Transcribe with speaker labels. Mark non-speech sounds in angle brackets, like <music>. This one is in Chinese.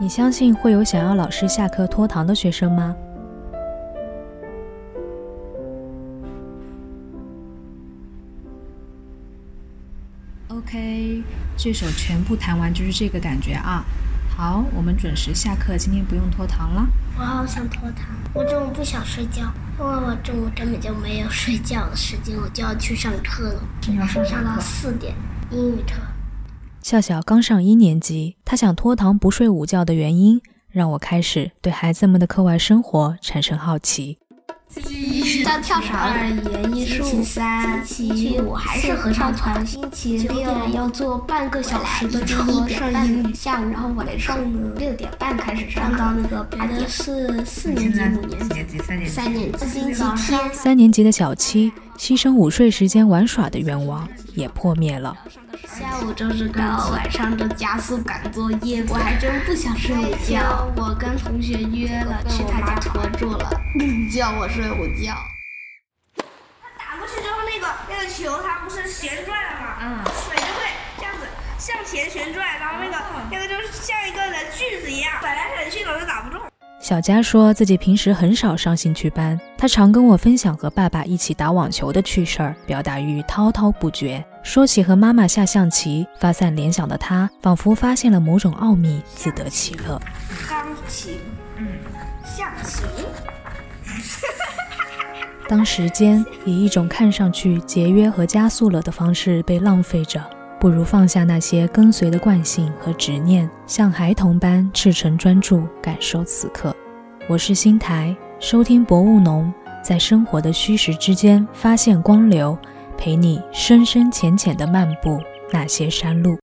Speaker 1: 你相信会有想要老师下课拖堂的学生吗？
Speaker 2: OK，这首全部弹完就是这个感觉啊。好，我们准时下课，今天不用拖堂了。
Speaker 3: 我好想拖堂，我中午不想睡觉，因为我中午根本就没有睡觉的时间，我就要去上课了。
Speaker 2: 你要上啥
Speaker 3: 上到
Speaker 2: 课？
Speaker 3: 四点，英语课。
Speaker 1: 笑笑刚上一年级，他想拖堂不睡午觉的原因，让我开始对孩子们的课外生活产生好奇。
Speaker 3: 知道跳绳
Speaker 4: 二元一
Speaker 3: 星
Speaker 4: 术，
Speaker 3: 期三
Speaker 4: 星期五还是合唱团，星期
Speaker 3: 九
Speaker 4: 六
Speaker 3: 点要做半个小时的直播，上英语下午，然后晚上
Speaker 4: 六点半开始上
Speaker 3: 上
Speaker 4: 课，
Speaker 3: 到那个八
Speaker 4: 我
Speaker 3: 点
Speaker 4: 们。是四年级、五年级、
Speaker 2: 级、三年
Speaker 4: 三年级，
Speaker 3: 星期天
Speaker 1: 三年级的小七牺牲午睡时间玩耍的愿望也破灭了。
Speaker 3: 下午就是高，晚上就加速赶作业。我还真不想睡午觉，我跟同学约了去他家拖住 <laughs> 了，叫我睡午觉。
Speaker 5: 打过去之后，那个那个球它不是旋转了吗？
Speaker 2: 嗯，
Speaker 5: 水就会这样子向前旋转，然后那个、
Speaker 2: 哦
Speaker 5: 那个就是像一个人锯子一样甩来甩去，老是打不中。
Speaker 1: 小佳说自己平时很少上兴趣班，她常跟我分享和爸爸一起打网球的趣事儿，表达欲滔滔不绝。说起和妈妈下象棋，发散联想的她仿佛发现了某种奥秘，自得其乐。
Speaker 5: 钢琴，
Speaker 2: 嗯，
Speaker 5: 象棋，
Speaker 1: 当时间以一种看上去节约和加速了的方式被浪费着，不如放下那些跟随的惯性和执念，像孩童般赤诚专注，感受此刻。我是新台，收听博物农，在生活的虚实之间发现光流，陪你深深浅浅的漫步那些山路。